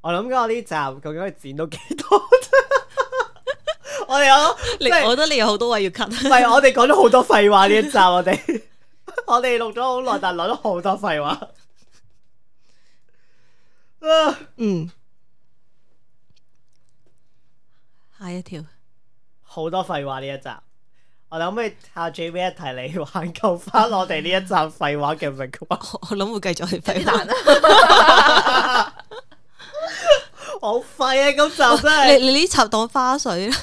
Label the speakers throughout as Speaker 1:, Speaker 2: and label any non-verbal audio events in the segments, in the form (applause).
Speaker 1: 我諗緊我呢集究竟可以剪到幾多啫？ (laughs) 我哋有
Speaker 2: 你
Speaker 1: 即係
Speaker 2: 我覺得你有好多位要
Speaker 1: 唔 (laughs)
Speaker 2: cut，
Speaker 1: 係我哋講咗好多廢話呢一集，我哋 (laughs) 我哋錄咗好耐，但係錄咗好多廢話。 (sighs) 啊
Speaker 2: 嗯，下一條
Speaker 1: 好多廢話呢一集，我哋可唔可以靠 J V 一提你挽救翻我哋呢一集廢話嘅命運？
Speaker 2: 我我諗會繼續去廢 (laughs)
Speaker 3: 難
Speaker 2: 話。
Speaker 3: 啊！
Speaker 1: (laughs) 好廢啊！今集真係
Speaker 2: 你你呢集當花絮 (laughs) 啦，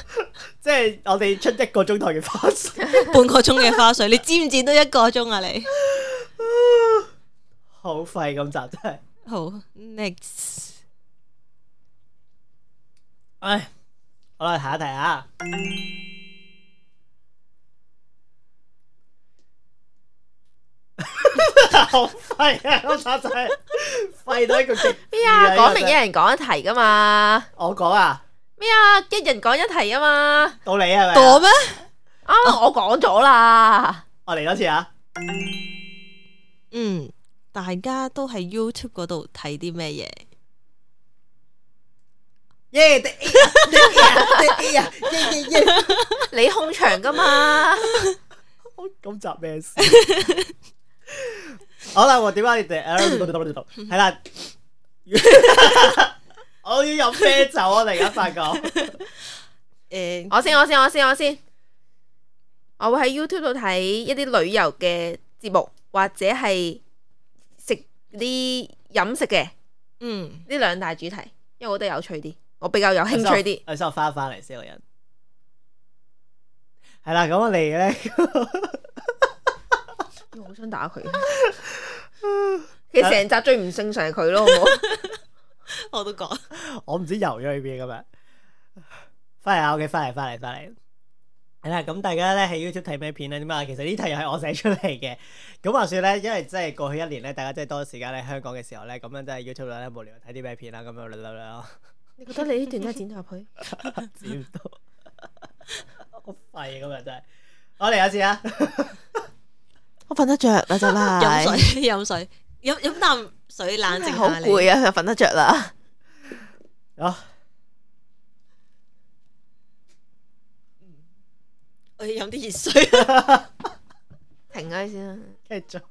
Speaker 1: 即係我哋出一個鐘頭嘅花絮，
Speaker 2: 半個鐘嘅花絮，你剪唔剪到一個鐘啊？你
Speaker 1: (laughs) 好廢啊今集真係。
Speaker 2: 好 next，
Speaker 1: 唉，好啦，下一題 (laughs) 啊。好廢啊！今集真係廢到一個極致
Speaker 3: 咩
Speaker 1: 啊
Speaker 3: 啊？講明
Speaker 1: 呢個真
Speaker 3: 一，
Speaker 1: 係
Speaker 3: 人講一題噶嘛？
Speaker 1: 我講啊，
Speaker 3: 咩啊？一人講一題啊嘛？
Speaker 1: 到你係咪啊？
Speaker 2: 多咩？
Speaker 3: 啱啱我講咗啦。
Speaker 1: 我嚟多次啊！
Speaker 2: 嗯，大家都喺 YouTube 嗰度睇啲咩嘢？
Speaker 1: 耶！得 A 啊，得 A
Speaker 3: 哎
Speaker 1: 啊，得 A 啊！耶耶耶！
Speaker 3: 你控場噶嘛？
Speaker 1: 我今集咩事？好啦，我點解你哋？係 (laughs) 啦，我要飲啤酒啊！突然間發覺， (laughs)
Speaker 2: 诶、
Speaker 3: 我先，我先，我先，我先。我會喺 YouTube 度睇一啲旅遊嘅節目，或者係食啲飲食嘅
Speaker 2: 嗯，
Speaker 3: 呢兩大主題，因為我覺得有趣啲，我比較有興趣啲。
Speaker 1: 我先我翻翻嚟先個人。係啦， (laughs) 咁我哋咧，
Speaker 3: 我好想打 (laughs) 佢。其實成集最唔正常係佢咯，好唔好？
Speaker 2: 我都講。
Speaker 1: 我唔知游咗去邊咁樣。翻嚟啊！OK，翻嚟，翻嚟，翻嚟。係啦，咁大家咧喺 YouTube 睇咩片咧？點啊？其實呢題又係我寫出嚟嘅。咁話說咧，因為真係過去一年咧，大家真係多時間喺香港嘅時候咧，咁樣真係 YouTube 咧無聊睇啲咩片啦，咁樣 (laughs) 啦啦啦。
Speaker 3: (laughs) 你覺得你呢段都係剪咗入去？
Speaker 1: 知唔到， (laughs) 好廢咁啊！真係，我嚟一次啊！
Speaker 3: 我瞓得着啦，真
Speaker 2: 飲
Speaker 3: (laughs)
Speaker 2: 水，飲水，飲飲啖水冷靜
Speaker 3: 好
Speaker 2: 下你。
Speaker 3: 攰啊，瞓得着啦。
Speaker 1: 啊，
Speaker 2: 我要飲啲熱水。
Speaker 3: 停咗佢先啦。
Speaker 1: 繼續。